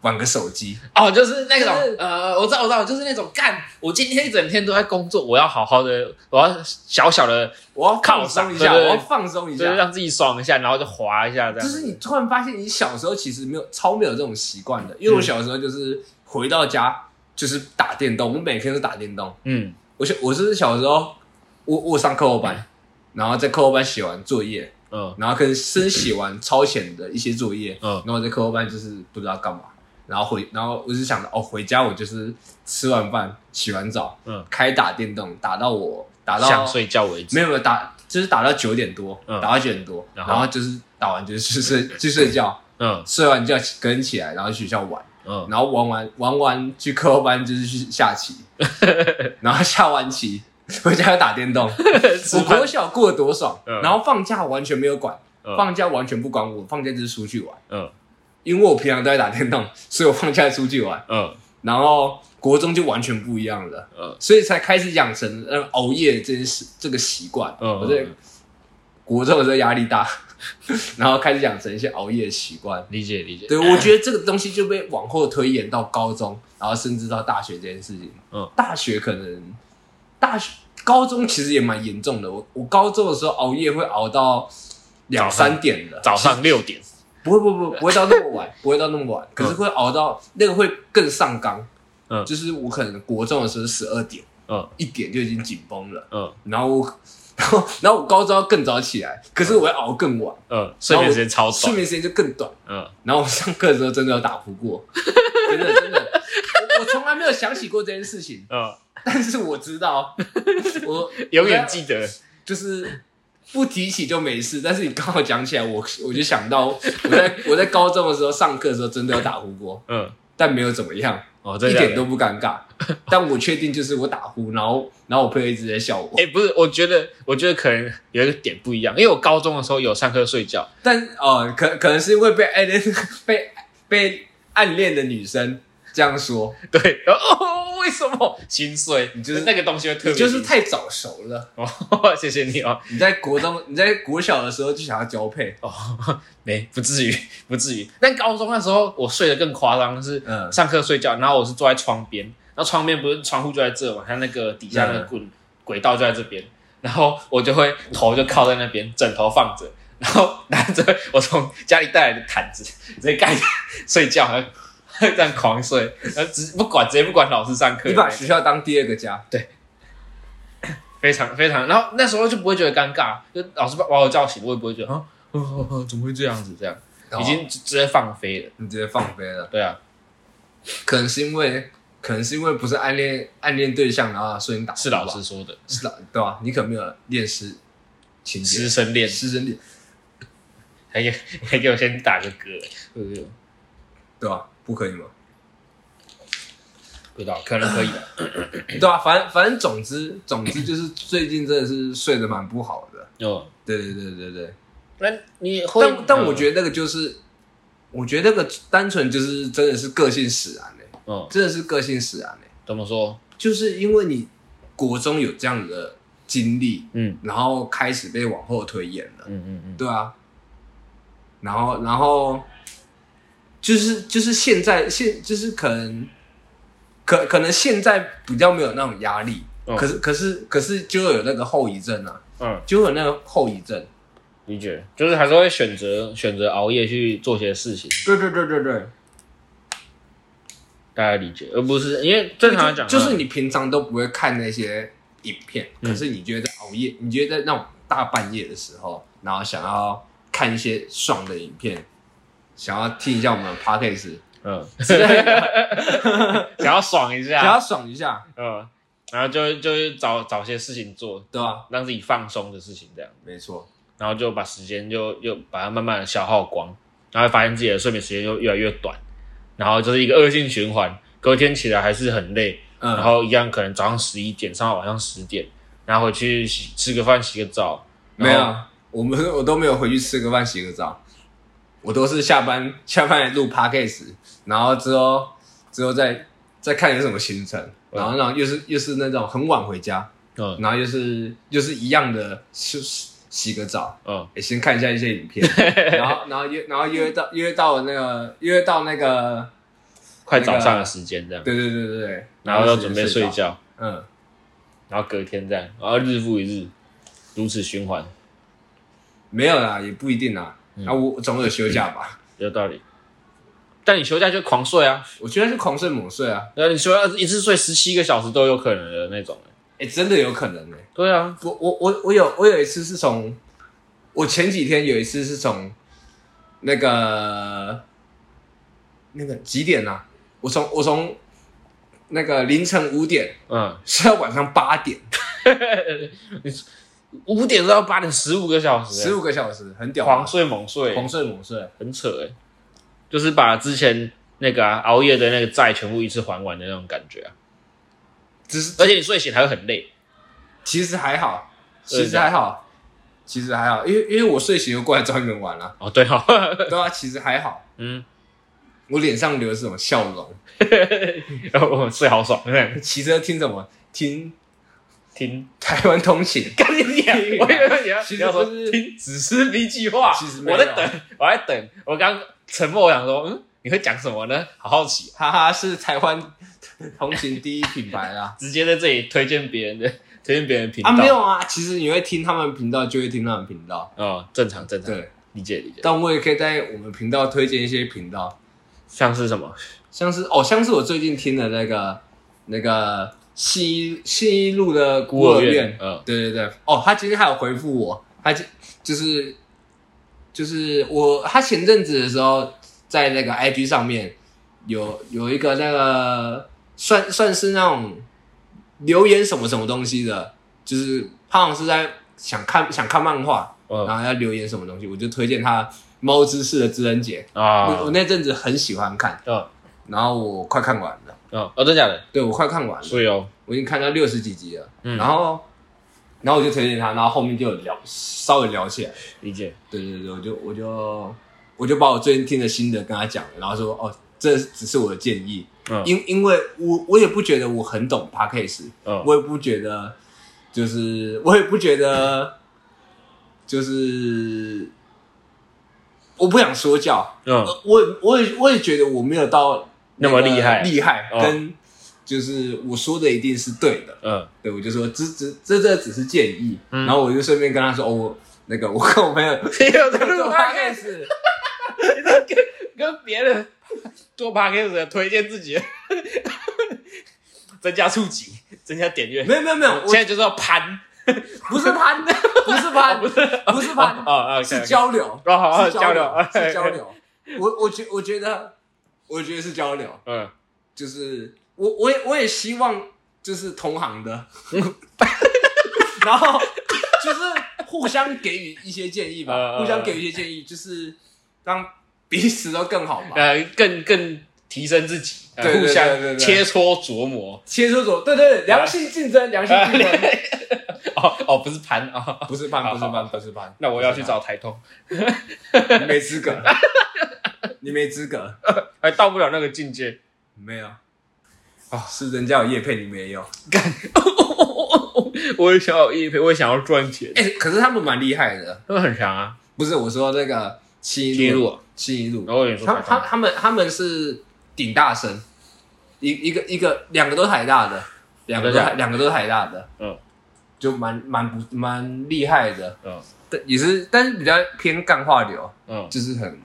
Speaker 1: 玩个手机，
Speaker 2: 哦，就是那种
Speaker 1: 就是
Speaker 2: 呃，我知道，我知道，就是那种干，我今天一整天都在工作，我要好好的，我要小小的，
Speaker 1: 我要放
Speaker 2: 犒赏
Speaker 1: 松一下，
Speaker 2: 对对
Speaker 1: 我
Speaker 2: 对
Speaker 1: 要放松一
Speaker 2: 就是
Speaker 1: 下。
Speaker 2: 让自己爽一下，然后就滑一下这
Speaker 1: 就
Speaker 2: 样。
Speaker 1: 是你突然发现，你小时候其实没有超没有这种习惯的，因为我
Speaker 2: 嗯
Speaker 1: 小时候就是回到家就是打电动，我每天都打电动。
Speaker 2: 嗯，
Speaker 1: 我小我就是小时候，我我上课后班，然后在课后班写完作业，
Speaker 2: 嗯
Speaker 1: 然后可能先写完超前的一些作业，
Speaker 2: 嗯，
Speaker 1: 然后我在课后班就是不知道干嘛，然后回，然后我就想着哦，回家我就是吃完饭、洗完澡，
Speaker 2: 嗯，
Speaker 1: 开打电动，打到我打到
Speaker 2: 想睡觉为止。
Speaker 1: 没有没有打，就是打到九点多，
Speaker 2: 嗯
Speaker 1: 打到九点多，
Speaker 2: 然
Speaker 1: 然
Speaker 2: 后
Speaker 1: 后就是打完就是去睡 去睡觉，
Speaker 2: 嗯
Speaker 1: 睡完觉起跟起来，然后去学校玩。
Speaker 2: 嗯，
Speaker 1: 然后玩完玩完去课后班就是去下 棋，然后下完棋 回家又打电 动。
Speaker 2: 吃
Speaker 1: 我
Speaker 2: 饭
Speaker 1: 国小过得多爽，
Speaker 2: 嗯
Speaker 1: 然后放假完全没有管，
Speaker 2: 嗯
Speaker 1: 放假完全不管我，放假就是出去玩，
Speaker 2: 嗯
Speaker 1: 因为我平常都在打电动，所以我放假出去玩。
Speaker 2: 嗯
Speaker 1: 然后国中就完全不一样了，
Speaker 2: 嗯
Speaker 1: 所以才开始养成呃熬夜这件事这个习惯。
Speaker 2: 嗯
Speaker 1: 我在
Speaker 2: 嗯
Speaker 1: 国中的时候压力大， 然后开始养成一些熬夜的习惯。
Speaker 2: 理解理解。
Speaker 1: 对，我觉得这个东西就被往后推演到高中，然后甚至到大学这件事情。
Speaker 2: 嗯，
Speaker 1: 大学可能大学高中其实也蛮严重的。我我高中的时候熬夜会熬到两
Speaker 2: 早上
Speaker 1: 三点的，
Speaker 2: 早上六点，
Speaker 1: 不会不 会不会不会到那么晚，不会到那么晚，可是会熬到那个会更上纲。
Speaker 2: 嗯
Speaker 1: 就是我可能国中的时候十二点，
Speaker 2: 嗯
Speaker 1: 一点就已经紧绷了，
Speaker 2: 嗯
Speaker 1: 然后 我然后然后我高中要更早起来，可是我要熬更晚，
Speaker 2: 嗯，睡眠时间超
Speaker 1: 睡
Speaker 2: 短。
Speaker 1: 眠时间就更短。
Speaker 2: 嗯，
Speaker 1: 然后我上课的时候真的有打呼过， 真的真的，我我从来没有想起过这件事情，
Speaker 2: 嗯，
Speaker 1: 但是我知道， 我
Speaker 2: 永远记得。
Speaker 1: 就是不提起就没事，但是你刚好讲起来，我我就想到我在我在高中的时候上课的时候真的有打呼过，
Speaker 2: 嗯，
Speaker 1: 但没有怎么样，
Speaker 2: 哦，真
Speaker 1: 一
Speaker 2: 的假的
Speaker 1: 点都不尴尬，但我确定就是我打呼，然后然后我朋友一直在笑我，
Speaker 2: 哎、不是，我觉得，我觉得可能有一个点不一样，因为我高中的时候有上课睡觉，
Speaker 1: 但呃可可能是因为被暗恋 被被暗恋的女生这样说，
Speaker 2: 对，然后哦，为什么心碎？你
Speaker 1: 就是
Speaker 2: 那个东西会特别，
Speaker 1: 就是太早熟了。
Speaker 2: 哦， 谢谢你哦，
Speaker 1: 你在国中， 你在国小的时候就想要交配，
Speaker 2: 哦， 没不至于，不至于。但高中那时候我睡得更夸张，是
Speaker 1: 嗯
Speaker 2: 上课睡觉，然后我是坐在窗边，然后窗边不是窗户就在这嘛，它那个底下那
Speaker 1: 嗯
Speaker 2: 个棍轨道就在这边，然后我就会头就靠在那边，枕头放着，然后拿着我从家里带来的毯子直接盖着 睡觉，然后这样狂睡，然后只不管直接不管老师上课，
Speaker 1: 你把学校当第二个家，
Speaker 2: 非常非常，然后那时候就不会觉得尴尬，就老师把把我叫醒，我也不会觉得啊，呵呵呵怎么会这样子这样，
Speaker 1: 然
Speaker 2: 已
Speaker 1: 后
Speaker 2: 经直直接放飞了，
Speaker 1: 你直接放飞了。
Speaker 2: 对啊，
Speaker 1: 可能是因为，可能是因为不是暗恋暗恋对象，然后所以你打
Speaker 2: 是老师说的，
Speaker 1: 是老对吧、你可没有恋师情
Speaker 2: 师
Speaker 1: 节，
Speaker 2: 生恋，
Speaker 1: 师生恋
Speaker 2: 还给 还给我先打个嗝，对不对？
Speaker 1: 对吧、不可以吗？
Speaker 2: 不知道，可能可以吧，
Speaker 1: 对啊，反正反正总之总之就是最近真的是睡得蛮不好的。
Speaker 2: 哦，
Speaker 1: 对对对对对，
Speaker 2: 那你会，嗯
Speaker 1: 但但我觉得那个就是，我觉得那个单纯就是真的是个性使然嘞、
Speaker 2: 得，嗯，
Speaker 1: 真的是个性使然嘞、
Speaker 2: 怎么说？
Speaker 1: 就是因为你国中有这样的经历，
Speaker 2: 嗯
Speaker 1: 然后开始被往后推演了，
Speaker 2: 嗯嗯嗯，
Speaker 1: 对啊，然后然后就是就是现在现就是可能可可能现在比较没有那种压力，
Speaker 2: 嗯
Speaker 1: 可是可是可是就有那个后遗症啊，
Speaker 2: 嗯，
Speaker 1: 就有那个后遗症，
Speaker 2: 理解，就是还是会选择选择熬夜去做些事情，
Speaker 1: 对对对对对，
Speaker 2: 大家理解，而不是因为正常来讲，
Speaker 1: 就就是
Speaker 2: 嗯
Speaker 1: 你平常都不会看那些影片，可是你觉得在熬夜，你觉得在那种大半夜的时候，然后想要看一些爽的影片，想要听一下我们的 podcast，
Speaker 2: 嗯，
Speaker 1: 之类的
Speaker 2: 想要爽一
Speaker 1: 想
Speaker 2: 下，
Speaker 1: 要爽一下，
Speaker 2: 嗯，然后就就是找找些事情做，
Speaker 1: 对吧、
Speaker 2: 让自己放松的事情，这样，
Speaker 1: 没错，
Speaker 2: 然后就把时间就又把它慢慢的消耗光，然后发现自己的睡眠时间就越来越短，然后就是一个恶性循环，隔天起来还是很累，
Speaker 1: 嗯，
Speaker 2: 然后一样可能早上十一点上到晚上十点，然后回去洗吃个饭洗个澡，
Speaker 1: 没
Speaker 2: 然后
Speaker 1: 有，我们我都没有回去吃个饭、洗个澡，我都是下班 下班来录 podcast，然后之后之后再再看有什么行程，然后让又是又是那种很晚回家，
Speaker 2: 嗯
Speaker 1: 然后又是又是一样的，洗洗个澡，
Speaker 2: 嗯，
Speaker 1: 欸先看一下一些影 片，然后然后约然后约到约到那个约到那个，
Speaker 2: 快早上的时间这样，
Speaker 1: 对对对对对，
Speaker 2: 然后要准备睡
Speaker 1: 就着，
Speaker 2: 觉，
Speaker 1: 嗯，
Speaker 2: 然后隔天这样，然后日复一日，如此循环，
Speaker 1: 没有啦，也不一定啦，
Speaker 2: 嗯
Speaker 1: 啊我总有休假 吧，
Speaker 2: 有道理。但你休假就狂睡啊，
Speaker 1: 我觉得是狂睡猛睡啊，
Speaker 2: 那你休假一次睡十七个小时都有可能的那种。欸
Speaker 1: 哎、真的有可能呢、
Speaker 2: 对啊，
Speaker 1: 我我我我有我有一次是从，我前几天有一次是从那个那个几点啊？我从我从那个凌晨五点
Speaker 2: 嗯，
Speaker 1: 睡到晚上八点，
Speaker 2: 五点到八点十五个小时欸，
Speaker 1: 十五个小时，很屌吧，
Speaker 2: 狂睡猛睡，
Speaker 1: 狂睡猛睡。
Speaker 2: 很扯哎、就是把之前那个、啊、熬夜的那个债全部一次还完的那种感觉啊，
Speaker 1: 只是
Speaker 2: 而且你睡醒还会很累，
Speaker 1: 其实还好，
Speaker 2: 对
Speaker 1: 其实还好，其实还好，因为因为我睡醒又过来找你们玩了、啊
Speaker 2: 哦对哦，
Speaker 1: 对啊，其实还好，
Speaker 2: 嗯，
Speaker 1: 我脸上留的是这种笑容。
Speaker 2: 然后哦我睡好爽，欸
Speaker 1: 骑车听什么？听
Speaker 2: 听，
Speaker 1: 台湾通勤。
Speaker 2: 干 你娘！我以为你要
Speaker 1: 其
Speaker 2: 你
Speaker 1: 实
Speaker 2: 要说
Speaker 1: 就是
Speaker 2: 听只是 B 计划，
Speaker 1: 其实没
Speaker 2: 我
Speaker 1: 有啊
Speaker 2: 在等，我在等，我刚沉默，我想说，嗯，你会讲什么呢？好好奇，
Speaker 1: 哈哈，是台湾同行第一品牌啦。
Speaker 2: 直接在这里推荐别人的，推荐别人的频道
Speaker 1: 啊，没有啊，其实你会听他们频道，就会听他们频道。
Speaker 2: 哦，正常正常，
Speaker 1: 对，
Speaker 2: 理解理解，
Speaker 1: 但我也可以在我们频道推荐一些频道，
Speaker 2: 像是什么？
Speaker 1: 像是哦，像是我最近听的那个那个信义信义路的孤儿院，
Speaker 2: 嗯
Speaker 1: 对对对，哦，他今天还有回复我，他今就是就是我他前阵子的时候在那个 IG 上面有有一个那个算算是那种留言什么什么东西的，就是他好像是在想看想看漫画，
Speaker 2: 嗯
Speaker 1: 然后要留言什么东西，我就推荐他《猫之士的知恩节》我我
Speaker 2: 啊，
Speaker 1: 那阵子很喜欢看，
Speaker 2: 嗯
Speaker 1: 然后我快看完了，
Speaker 2: 嗯，哦，真假的？
Speaker 1: 对我快看完了，
Speaker 2: 所以哦，
Speaker 1: 我已经看到六十几集了，
Speaker 2: 嗯
Speaker 1: 然后然后我就推荐他，然后后面就有聊稍微聊起来，
Speaker 2: 理解。
Speaker 1: 对对对，我就我就我就把我最近听的心得跟他讲了，然后说哦，这只是我的建议，
Speaker 2: 嗯
Speaker 1: 因因为我我也不觉得我很懂 p a c k a g e
Speaker 2: 嗯
Speaker 1: 我也不觉得就是我也不觉得就是我不想说教，
Speaker 2: 嗯
Speaker 1: 呃我也我也我也觉得我没有到
Speaker 2: 那么厉害
Speaker 1: 厉害、
Speaker 2: 哦
Speaker 1: 跟就是我说的一定是对的，
Speaker 2: 嗯
Speaker 1: 对我就说这这这这只是建议，
Speaker 2: 嗯
Speaker 1: 然后我就顺便跟他说，哦，我那个我跟我朋友
Speaker 2: 你有在
Speaker 1: 做
Speaker 2: 录 podcast，
Speaker 1: podcast，
Speaker 2: 跟别人做 podcast 的推荐自己 的，增加触及，增加点阅。
Speaker 1: 没有没有没有，我
Speaker 2: 现在就是要攀，
Speaker 1: 不是 攀，不是攀，不是
Speaker 2: 哦
Speaker 1: 攀，
Speaker 2: 哦，
Speaker 1: 是交流，
Speaker 2: 哦，好好
Speaker 1: 是
Speaker 2: 交
Speaker 1: 交
Speaker 2: 流哎
Speaker 1: 流，，是交。流。我我觉我觉得我觉得是交流，
Speaker 2: 嗯，
Speaker 1: 就是我我也我也希望就是同行 的，然后就是互相给予一些建议
Speaker 2: 嗯嗯
Speaker 1: 吧，
Speaker 2: 嗯
Speaker 1: 互相给予一些建议，就是让彼此都更好吧。
Speaker 2: 呃，更更提升自己，呃
Speaker 1: 对对
Speaker 2: 互
Speaker 1: 对
Speaker 2: 相
Speaker 1: 对对对
Speaker 2: 切磋琢磨。
Speaker 1: 切磋琢，对对，对良性竞争，良性竞争，
Speaker 2: 哦哦，不是攀哦，
Speaker 1: 不是攀，不是攀，不是攀。
Speaker 2: 那我要去找台通，
Speaker 1: 你没资 格，你没资格，
Speaker 2: 还哎到不了那个境界。
Speaker 1: 没有。啊，是人家有叶配，你没有。
Speaker 2: 我也想要业配，我也想要赚钱，
Speaker 1: 哎、可是他们蛮厉害的。
Speaker 2: 他们很强啊。
Speaker 1: 不是我说那个七
Speaker 2: 记
Speaker 1: 一路，
Speaker 2: 录，
Speaker 1: 七一路，哦
Speaker 2: 然后也说
Speaker 1: 他
Speaker 2: 啊台
Speaker 1: 他
Speaker 2: 通，
Speaker 1: 他们他们是顶大生，一一个一个两个都台大的，两个都
Speaker 2: 真
Speaker 1: 台
Speaker 2: 的
Speaker 1: 两个都台大的，
Speaker 2: 嗯，
Speaker 1: 就蛮蛮不蛮厉害的，
Speaker 2: 嗯
Speaker 1: 但也是但是比较偏干化流，
Speaker 2: 嗯，
Speaker 1: 就是很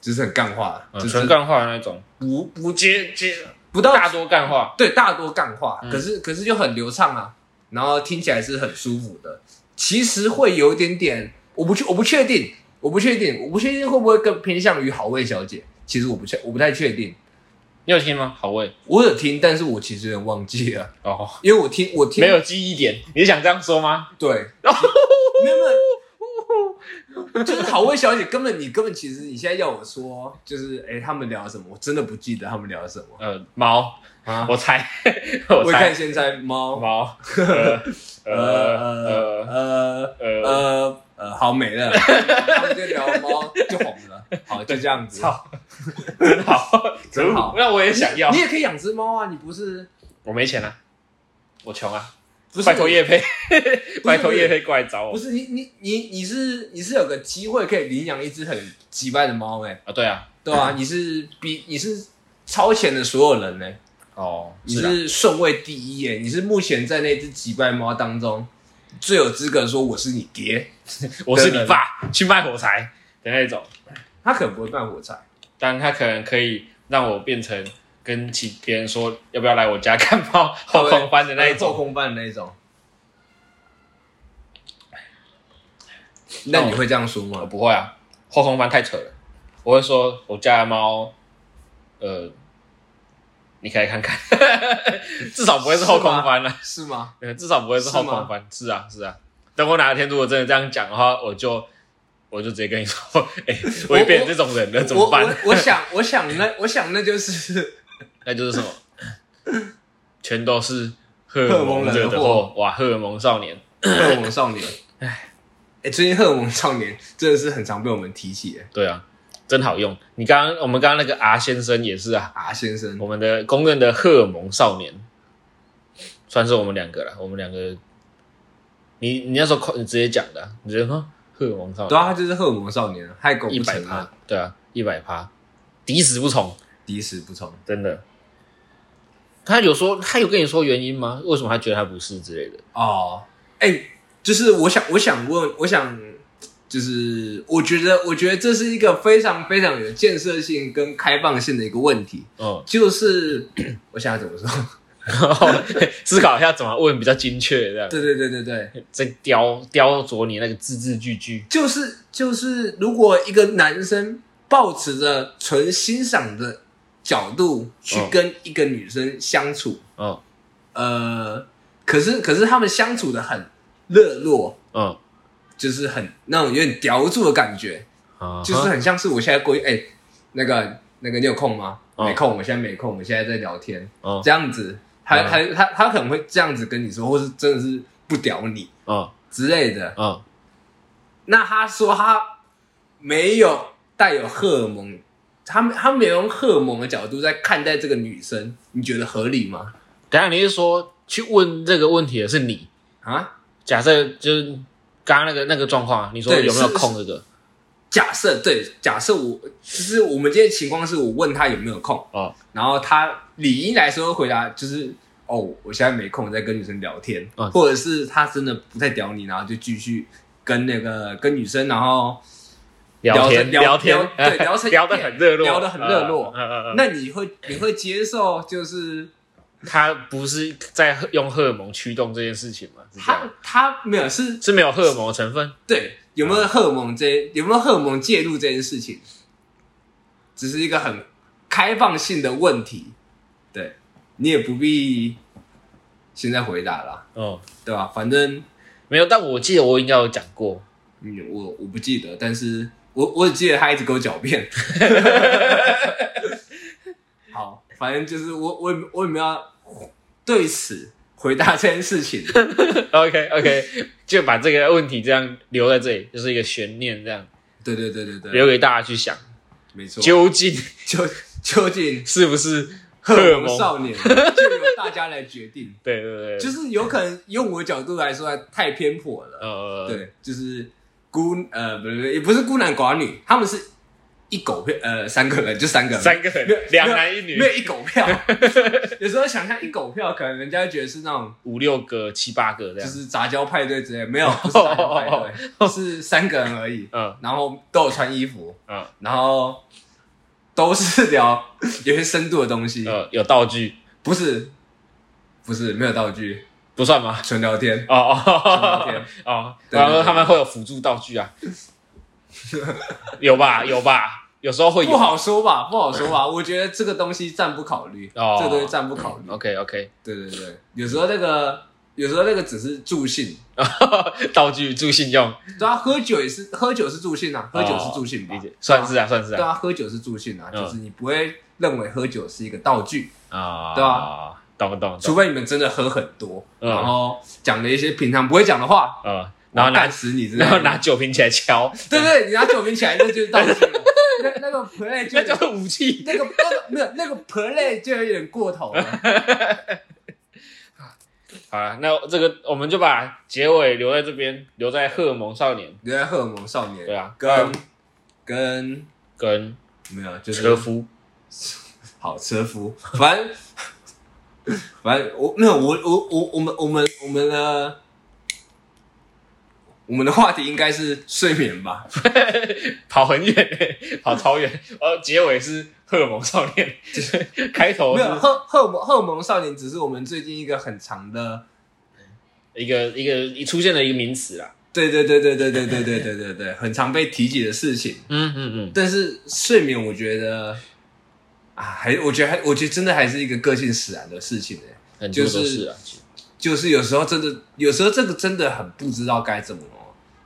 Speaker 1: 就是很干化，
Speaker 2: 嗯
Speaker 1: 就是
Speaker 2: 纯干话那种，
Speaker 1: 不
Speaker 2: 不接接
Speaker 1: 不到
Speaker 2: 大多干话，
Speaker 1: 对大多干化，
Speaker 2: 嗯
Speaker 1: 可是可是就很流畅啊，然后听起来是很舒服的，其实会有一点点，我不确我不确定，我不确定，我不确定会不会更偏向于好味小姐，其实我不确我不太确定。
Speaker 2: 你有听吗？好味
Speaker 1: 我有听，但是我其实有点忘记了，
Speaker 2: 哦，
Speaker 1: 因为我听我听
Speaker 2: 没有记忆点，你想这样说吗？
Speaker 1: 对，没有没有，就是好味小姐根本你根本其实你现在要我说，就是哎、诶他们聊了什么，我真的不记得他们聊了什么
Speaker 2: 呃，猫，
Speaker 1: 啊。
Speaker 2: 我猜， 我
Speaker 1: 我看
Speaker 2: 猜
Speaker 1: 现在猫，
Speaker 2: 猫，呃
Speaker 1: 呃
Speaker 2: 呃
Speaker 1: 呃
Speaker 2: 呃
Speaker 1: 呃 呃呃，好没了，他们就聊猫就红了，好，就这样子。
Speaker 2: 操，真好，
Speaker 1: 真好
Speaker 2: 那我也想要
Speaker 1: 你，也可以养只猫啊，你不是
Speaker 2: 我没钱啊，我穷啊，
Speaker 1: 不是
Speaker 2: 拜托叶佩，拜托叶佩过来找
Speaker 1: 不
Speaker 2: 我
Speaker 1: 是你你你你是你是有个机会可以领养一只很击败的猫哎、
Speaker 2: 啊，对啊，
Speaker 1: 对啊，你是比你是超前的所有人呢、
Speaker 2: 哦，
Speaker 1: 你
Speaker 2: 啊
Speaker 1: 是顺位第一耶、你是目前在那只击败猫当中最有资格说我是你爹，
Speaker 2: 我是你爸，去卖火柴的那种，
Speaker 1: 他可能不会办火柴，
Speaker 2: 但他可能可以让我变成跟其别人说要不要来我家 看猫后空翻的那一
Speaker 1: 做
Speaker 2: 种，
Speaker 1: 空翻的那一种。
Speaker 2: 那
Speaker 1: 那
Speaker 2: 我
Speaker 1: 你会这样说
Speaker 2: 我
Speaker 1: 吗？
Speaker 2: 不会啊，后空翻太扯了，我会说我家的猫，呃，你可以看看，至少不会是后空翻了、
Speaker 1: 是吗？
Speaker 2: 呃至少不会是后空翻，是啊是啊，等我哪天如果真的这样讲的话，我就。我就直接跟你说， 哎、我也变成这种人了，怎么
Speaker 1: 我
Speaker 2: 办？
Speaker 1: 我我想我想那我想那 就是
Speaker 2: 那就是什么？全都是荷尔蒙惹的祸！哇，荷尔蒙少年，
Speaker 1: 荷尔蒙少年。哎、最近荷尔蒙少年真的是很常被我们提起耶。
Speaker 2: 对啊，真好用。你刚刚我们刚刚那个 R 先生也是啊，
Speaker 1: 啊，先生，
Speaker 2: 我们的公认的荷尔蒙少年，算是我们两个了。我们两个，你你那时候快你直接讲的啊、你觉得说荷尔蒙少
Speaker 1: 对
Speaker 2: 年
Speaker 1: 啊，他就是荷尔蒙少年啊，害狗
Speaker 2: 一
Speaker 1: 不
Speaker 2: 百
Speaker 1: 成
Speaker 2: 趴
Speaker 1: 啊，，
Speaker 2: 对啊，一百趴，敌死不从，
Speaker 1: 敌死不从。
Speaker 2: 真的。他有说，他有跟你说原因吗？为什么他觉得他不是之类的？
Speaker 1: 哦，哎、就是我想，我想问，我想，就是我觉得，我觉得这是一个非常非常有建设性跟开放性的一个问题，
Speaker 2: 嗯，
Speaker 1: 就是 我想要怎么说？
Speaker 2: 然后思考一下怎么问比较精确，这样。
Speaker 1: 对对对对对，
Speaker 2: 在雕雕琢你那个字字句句。
Speaker 1: 就是就是，如果一个男生抱持着纯欣赏的角度去
Speaker 2: 嗯
Speaker 1: 跟一个女生相处，
Speaker 2: 嗯
Speaker 1: 呃，可是可是他们相处的很热络，
Speaker 2: 嗯
Speaker 1: 就是很那种有点叼住的感觉，
Speaker 2: 啊
Speaker 1: 就是很像是我现在过去，哎、那个那个，你有空吗？
Speaker 2: 嗯
Speaker 1: 没空，我现在没空，我们现在在聊天，
Speaker 2: 嗯
Speaker 1: 这样子，他
Speaker 2: 嗯
Speaker 1: 他他他可能会这样子跟你说，或是真的是不屌你
Speaker 2: 嗯
Speaker 1: 之类的。
Speaker 2: 嗯
Speaker 1: 那他说他没有带有荷尔蒙，他他没有用荷尔蒙的角度在看待这个女生，你觉得合理吗？
Speaker 2: 等一下你是说去问这个问题的是你？
Speaker 1: 啊，
Speaker 2: 假设就是刚刚那个那个状况啊，你说
Speaker 1: 对
Speaker 2: 有没有
Speaker 1: 是
Speaker 2: 空这个？
Speaker 1: 假设对，假设我就是我们今天情况是我问他有没有空，
Speaker 2: 哦
Speaker 1: 然后他理应来说回答就是哦，我现在没空在跟女生聊天，
Speaker 2: 嗯
Speaker 1: 或者是他真的不太屌你，然后就继续跟那个跟女生，然后
Speaker 2: 天
Speaker 1: 聊
Speaker 2: 聊
Speaker 1: 聊对聊成
Speaker 2: 聊得很热络，
Speaker 1: 聊得很热络
Speaker 2: 嗯嗯嗯嗯
Speaker 1: 那你会你会接受就是
Speaker 2: 他不是在用荷尔蒙驱动这件事情吗？是这
Speaker 1: 他
Speaker 2: 样，
Speaker 1: 他没有是
Speaker 2: 是没有荷尔蒙的成分。
Speaker 1: 对有没有荷尔蒙这有没有荷尔蒙介入这件事情，只是一个很开放性的问题，对你也不必现在回答啦，
Speaker 2: 哦，
Speaker 1: 对吧？反正。
Speaker 2: 没有，但我记得我应该有讲过，
Speaker 1: 嗯，我我不记得，但是我我只记得他一直给我狡辩。 好，反正就是我我也没我也没有要对此回答这件事情。
Speaker 2: OK OK，就把这个问题这样留在这里，就是一个悬念，这样
Speaker 1: 对对对对对，
Speaker 2: 留给大家去想，
Speaker 1: 没错。究
Speaker 2: 究竟
Speaker 1: 究究竟
Speaker 2: 是不 是荷
Speaker 1: 荷
Speaker 2: 尔
Speaker 1: 尔蒙
Speaker 2: 蒙？
Speaker 1: 少年就由大家来决定，
Speaker 2: 对对 对，
Speaker 1: 就是是有可能用我的角度来说太偏颇了。
Speaker 2: 呃，
Speaker 1: 对，就是孤呃不是也不是孤男寡女，他们是一狗票呃三个人就三个人，
Speaker 2: 三个人
Speaker 1: 没有，
Speaker 2: 两男一女
Speaker 1: 没，有一狗 票。有时候想象一狗票，可能人家会觉得是那种
Speaker 2: 五六个、七八个这
Speaker 1: 就
Speaker 2: 样。
Speaker 1: 是杂交派对之类， 没有，不是杂交派对，是三个人而已。
Speaker 2: 嗯
Speaker 1: 然后都有穿衣服，
Speaker 2: 嗯
Speaker 1: 然后都是聊有些深度的东西，
Speaker 2: 呃，有道具
Speaker 1: 不是不是没有道具，
Speaker 2: 不算吗？
Speaker 1: 纯聊天。
Speaker 2: 哦
Speaker 1: 纯
Speaker 2: 哦
Speaker 1: 聊
Speaker 2: 哦，
Speaker 1: 对
Speaker 2: 然后
Speaker 1: 对对
Speaker 2: 他们会有辅助道具 啊，有吧有吧，有时候会
Speaker 1: 不
Speaker 2: 有。
Speaker 1: 好说吧，不好说吧。 我觉得这个东西暂不考虑，
Speaker 2: 哦
Speaker 1: 这个东西暂不考虑。
Speaker 2: OK OK，
Speaker 1: 对对对，有时候那个，有时候那个只是助兴，
Speaker 2: 道具助兴用，
Speaker 1: 对啊，喝酒也是喝酒是助兴啊，喝酒是助兴吧，
Speaker 2: 哦理解，算是
Speaker 1: 啊，
Speaker 2: 啊算是
Speaker 1: 对
Speaker 2: 啊
Speaker 1: 啊，喝酒是助兴啊，
Speaker 2: 嗯
Speaker 1: 就是你不会认为喝酒是一个道具，
Speaker 2: 啊，
Speaker 1: 对
Speaker 2: 啊，懂懂
Speaker 1: 除
Speaker 2: 懂，
Speaker 1: 非你们真的喝很多，
Speaker 2: 嗯
Speaker 1: 然后讲了一些平常不会讲的话，
Speaker 2: 呃，然后拿
Speaker 1: 干死你之类
Speaker 2: 然
Speaker 1: 的
Speaker 2: 后拿酒瓶起来敲，
Speaker 1: 对对，你拿酒瓶起来，那就是道具了。那个 play 就
Speaker 2: 那叫做武器。
Speaker 1: 那个那个没有那个 play 就有点过头了。
Speaker 2: 好了，那这个我们就把结尾留在这边，留在荷尔蒙少年，
Speaker 1: 留在荷尔蒙少年，
Speaker 2: 对啊，
Speaker 1: 跟跟
Speaker 2: 跟
Speaker 1: 没有就是
Speaker 2: 车夫，
Speaker 1: 好车夫，反正反正 我没有我我我我们我们我们的我们的话题应该是睡眠吧？
Speaker 2: 跑很远、 跑超远，呃，结尾是荷尔蒙少年， 就是开头
Speaker 1: 没
Speaker 2: 哦是
Speaker 1: 有荷荷尔蒙荷尔蒙少年只是我们最近一个很长的，
Speaker 2: 一个一个一出现了一个名词啦。
Speaker 1: 对对对对对对对对对对对，很常被提及的事情。
Speaker 2: 嗯嗯嗯，
Speaker 1: 但是睡眠，我觉得啊，还我觉得还我觉得真的还是一个个性使然的事情欸呢、
Speaker 2: 很多都
Speaker 1: 就是
Speaker 2: 是啊，
Speaker 1: 就是有时候真的，有时候这个真的很不知道该怎么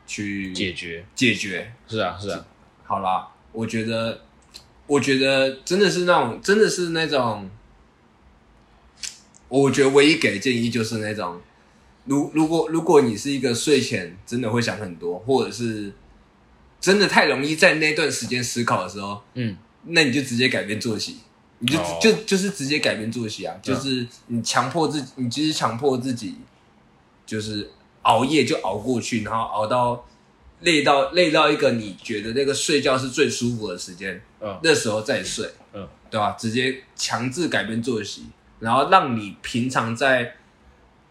Speaker 1: 去
Speaker 2: 解决
Speaker 1: 解决。
Speaker 2: 是啊是啊，
Speaker 1: 好啦，我觉得，我觉得真的是那种，真的是那种，我觉得唯一给的建议就是那种，如如果如果你是一个睡前真的会想很多，或者是真的太容易在那段时间思考的时候，
Speaker 2: 嗯，
Speaker 1: 那你就直接改变作息，你就、
Speaker 2: 哦
Speaker 1: 就就是直接改变作息啊，就是你强迫自己，你就是强迫自己，就是熬夜就熬过去，然后熬到累到累到一个你觉得那个睡觉是最舒服的时间，
Speaker 2: 嗯
Speaker 1: 那时候再睡，
Speaker 2: 嗯，
Speaker 1: 对吧？直接强制改变作息，然后让你平常在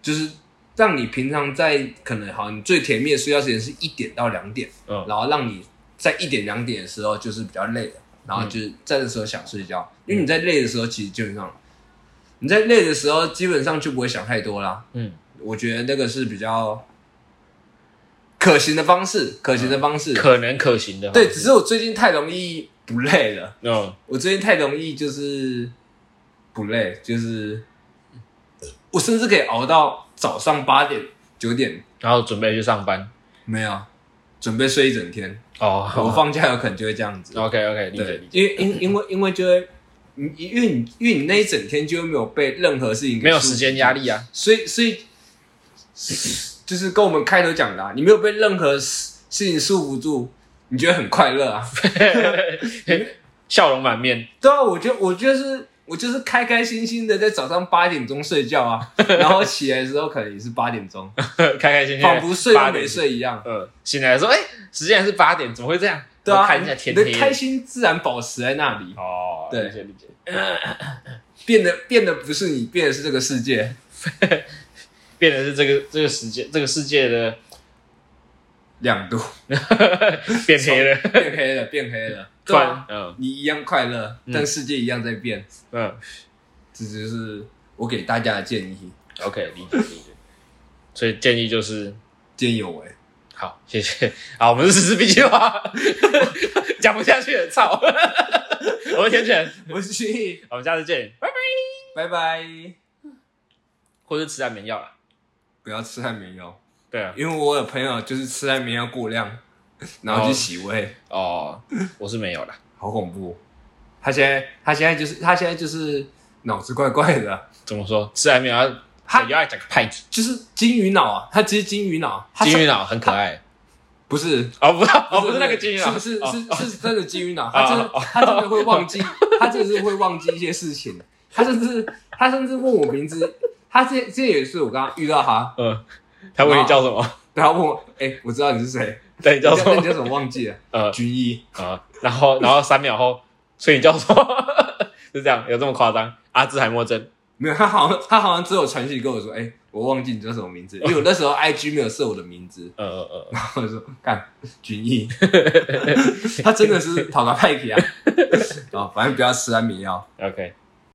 Speaker 1: 就是。让你平常在可能好，你最甜蜜的睡觉时间是一点到两点，
Speaker 2: 嗯
Speaker 1: 然后让你在一点两点的时候就是比较累了，然后就是在这时候想睡觉，
Speaker 2: 嗯
Speaker 1: 因为你在累的时候，其实基本上你在累的时候基本上就不会想太多啦。
Speaker 2: 嗯，
Speaker 1: 我觉得那个是比较可行的方式，可行的方式。
Speaker 2: 嗯可能可行的，
Speaker 1: 对，只是我最近太容易不累了，
Speaker 2: 嗯
Speaker 1: 我最近太容易就是不累，就是我甚至可以熬到早上八点九点，
Speaker 2: 然后准备去上班
Speaker 1: 没有准备睡一整天。
Speaker 2: 哦
Speaker 1: 我放假有可能就会这样子。
Speaker 2: OK OK 理解
Speaker 1: 对
Speaker 2: 理，解，
Speaker 1: 因为因因为因为就会，你因为你因为你那一整天就会没有被任何事情给
Speaker 2: 没有
Speaker 1: 束缚
Speaker 2: 时间压，力啊，
Speaker 1: 所以所以就是跟我们开头讲的、啊，你没有被任何事事情束缚住，你觉得很快乐啊？
Speaker 2: 笑容满面，
Speaker 1: 对啊，我就我就是我就是开开心心的在早上八点钟睡觉 啊，然后起来的时候可能也是八点钟，
Speaker 2: 开开心心，
Speaker 1: 仿佛睡
Speaker 2: 八
Speaker 1: 都
Speaker 2: 点
Speaker 1: 没。睡一样。
Speaker 2: 嗯，醒来说，哎、时间还是八点，怎么会这样？
Speaker 1: 对啊，
Speaker 2: 我看一下天
Speaker 1: 你的
Speaker 2: 黑了。
Speaker 1: 开心自然保持在那里，
Speaker 2: 哦，
Speaker 1: 对
Speaker 2: 理解理解。
Speaker 1: 变得变得不是你，变的是这个世界。
Speaker 2: 变得是这个这个世界这个世界 的
Speaker 1: 两 度
Speaker 2: 变黑了，
Speaker 1: 变黑了，变黑了，
Speaker 2: 突
Speaker 1: 对啊
Speaker 2: 然，嗯
Speaker 1: 你一样快乐，但世界一样在变，
Speaker 2: 嗯
Speaker 1: 这就是我给大家的建议，
Speaker 2: ，OK，理解理解。所以建议就是，
Speaker 1: 见义勇为。
Speaker 2: 好，谢谢。好，我们是实施 B 计划， 讲不下去了，操！ 我是天犬，
Speaker 1: 我是俊逸，
Speaker 2: 我们下次见，
Speaker 1: 拜拜。
Speaker 2: 或是吃安眠药了。
Speaker 1: 不要吃安眠药，
Speaker 2: 对啊，
Speaker 1: 因为我有朋友就是吃安眠药过量，然后去洗胃，
Speaker 2: 哦，我是没有了，
Speaker 1: 好恐怖。他现在他现在就是他现在就是脑子怪怪的，
Speaker 2: 怎么说？吃安眠药，
Speaker 1: 他
Speaker 2: 要讲个派子，
Speaker 1: 就是金鱼脑啊，他其实金鱼脑，他
Speaker 2: 金鱼脑很可爱。
Speaker 1: 不是
Speaker 2: 哦，不，哦，不是那个金鱼脑，
Speaker 1: 是
Speaker 2: 哦
Speaker 1: 是是是真的金鱼脑，他真的他真的会忘记，他真的是会忘记一些事情，他甚至他甚至问我名字，他这这也是我刚刚遇到他，
Speaker 2: 嗯，他问你叫什么？
Speaker 1: 然后问我，哎、我知道你是谁，
Speaker 2: 对，你
Speaker 1: 那
Speaker 2: 叫什
Speaker 1: 你
Speaker 2: 么？
Speaker 1: 叫什么忘记了？
Speaker 2: 呃，
Speaker 1: 军医，
Speaker 2: 啊，然后然后三秒后，所以你叫什么？ 是这样，有这么夸张？阿兹海默症，
Speaker 1: 没有，他好像他好像只有传讯跟我说，哎、我忘记你叫什么名字，因为我那时候 IG 没有设我的名字，
Speaker 2: 呃呃
Speaker 1: 然后我就说干军医，他真的是讨个派皮啊，啊，反正不要吃安眠药，
Speaker 2: 呃，OK，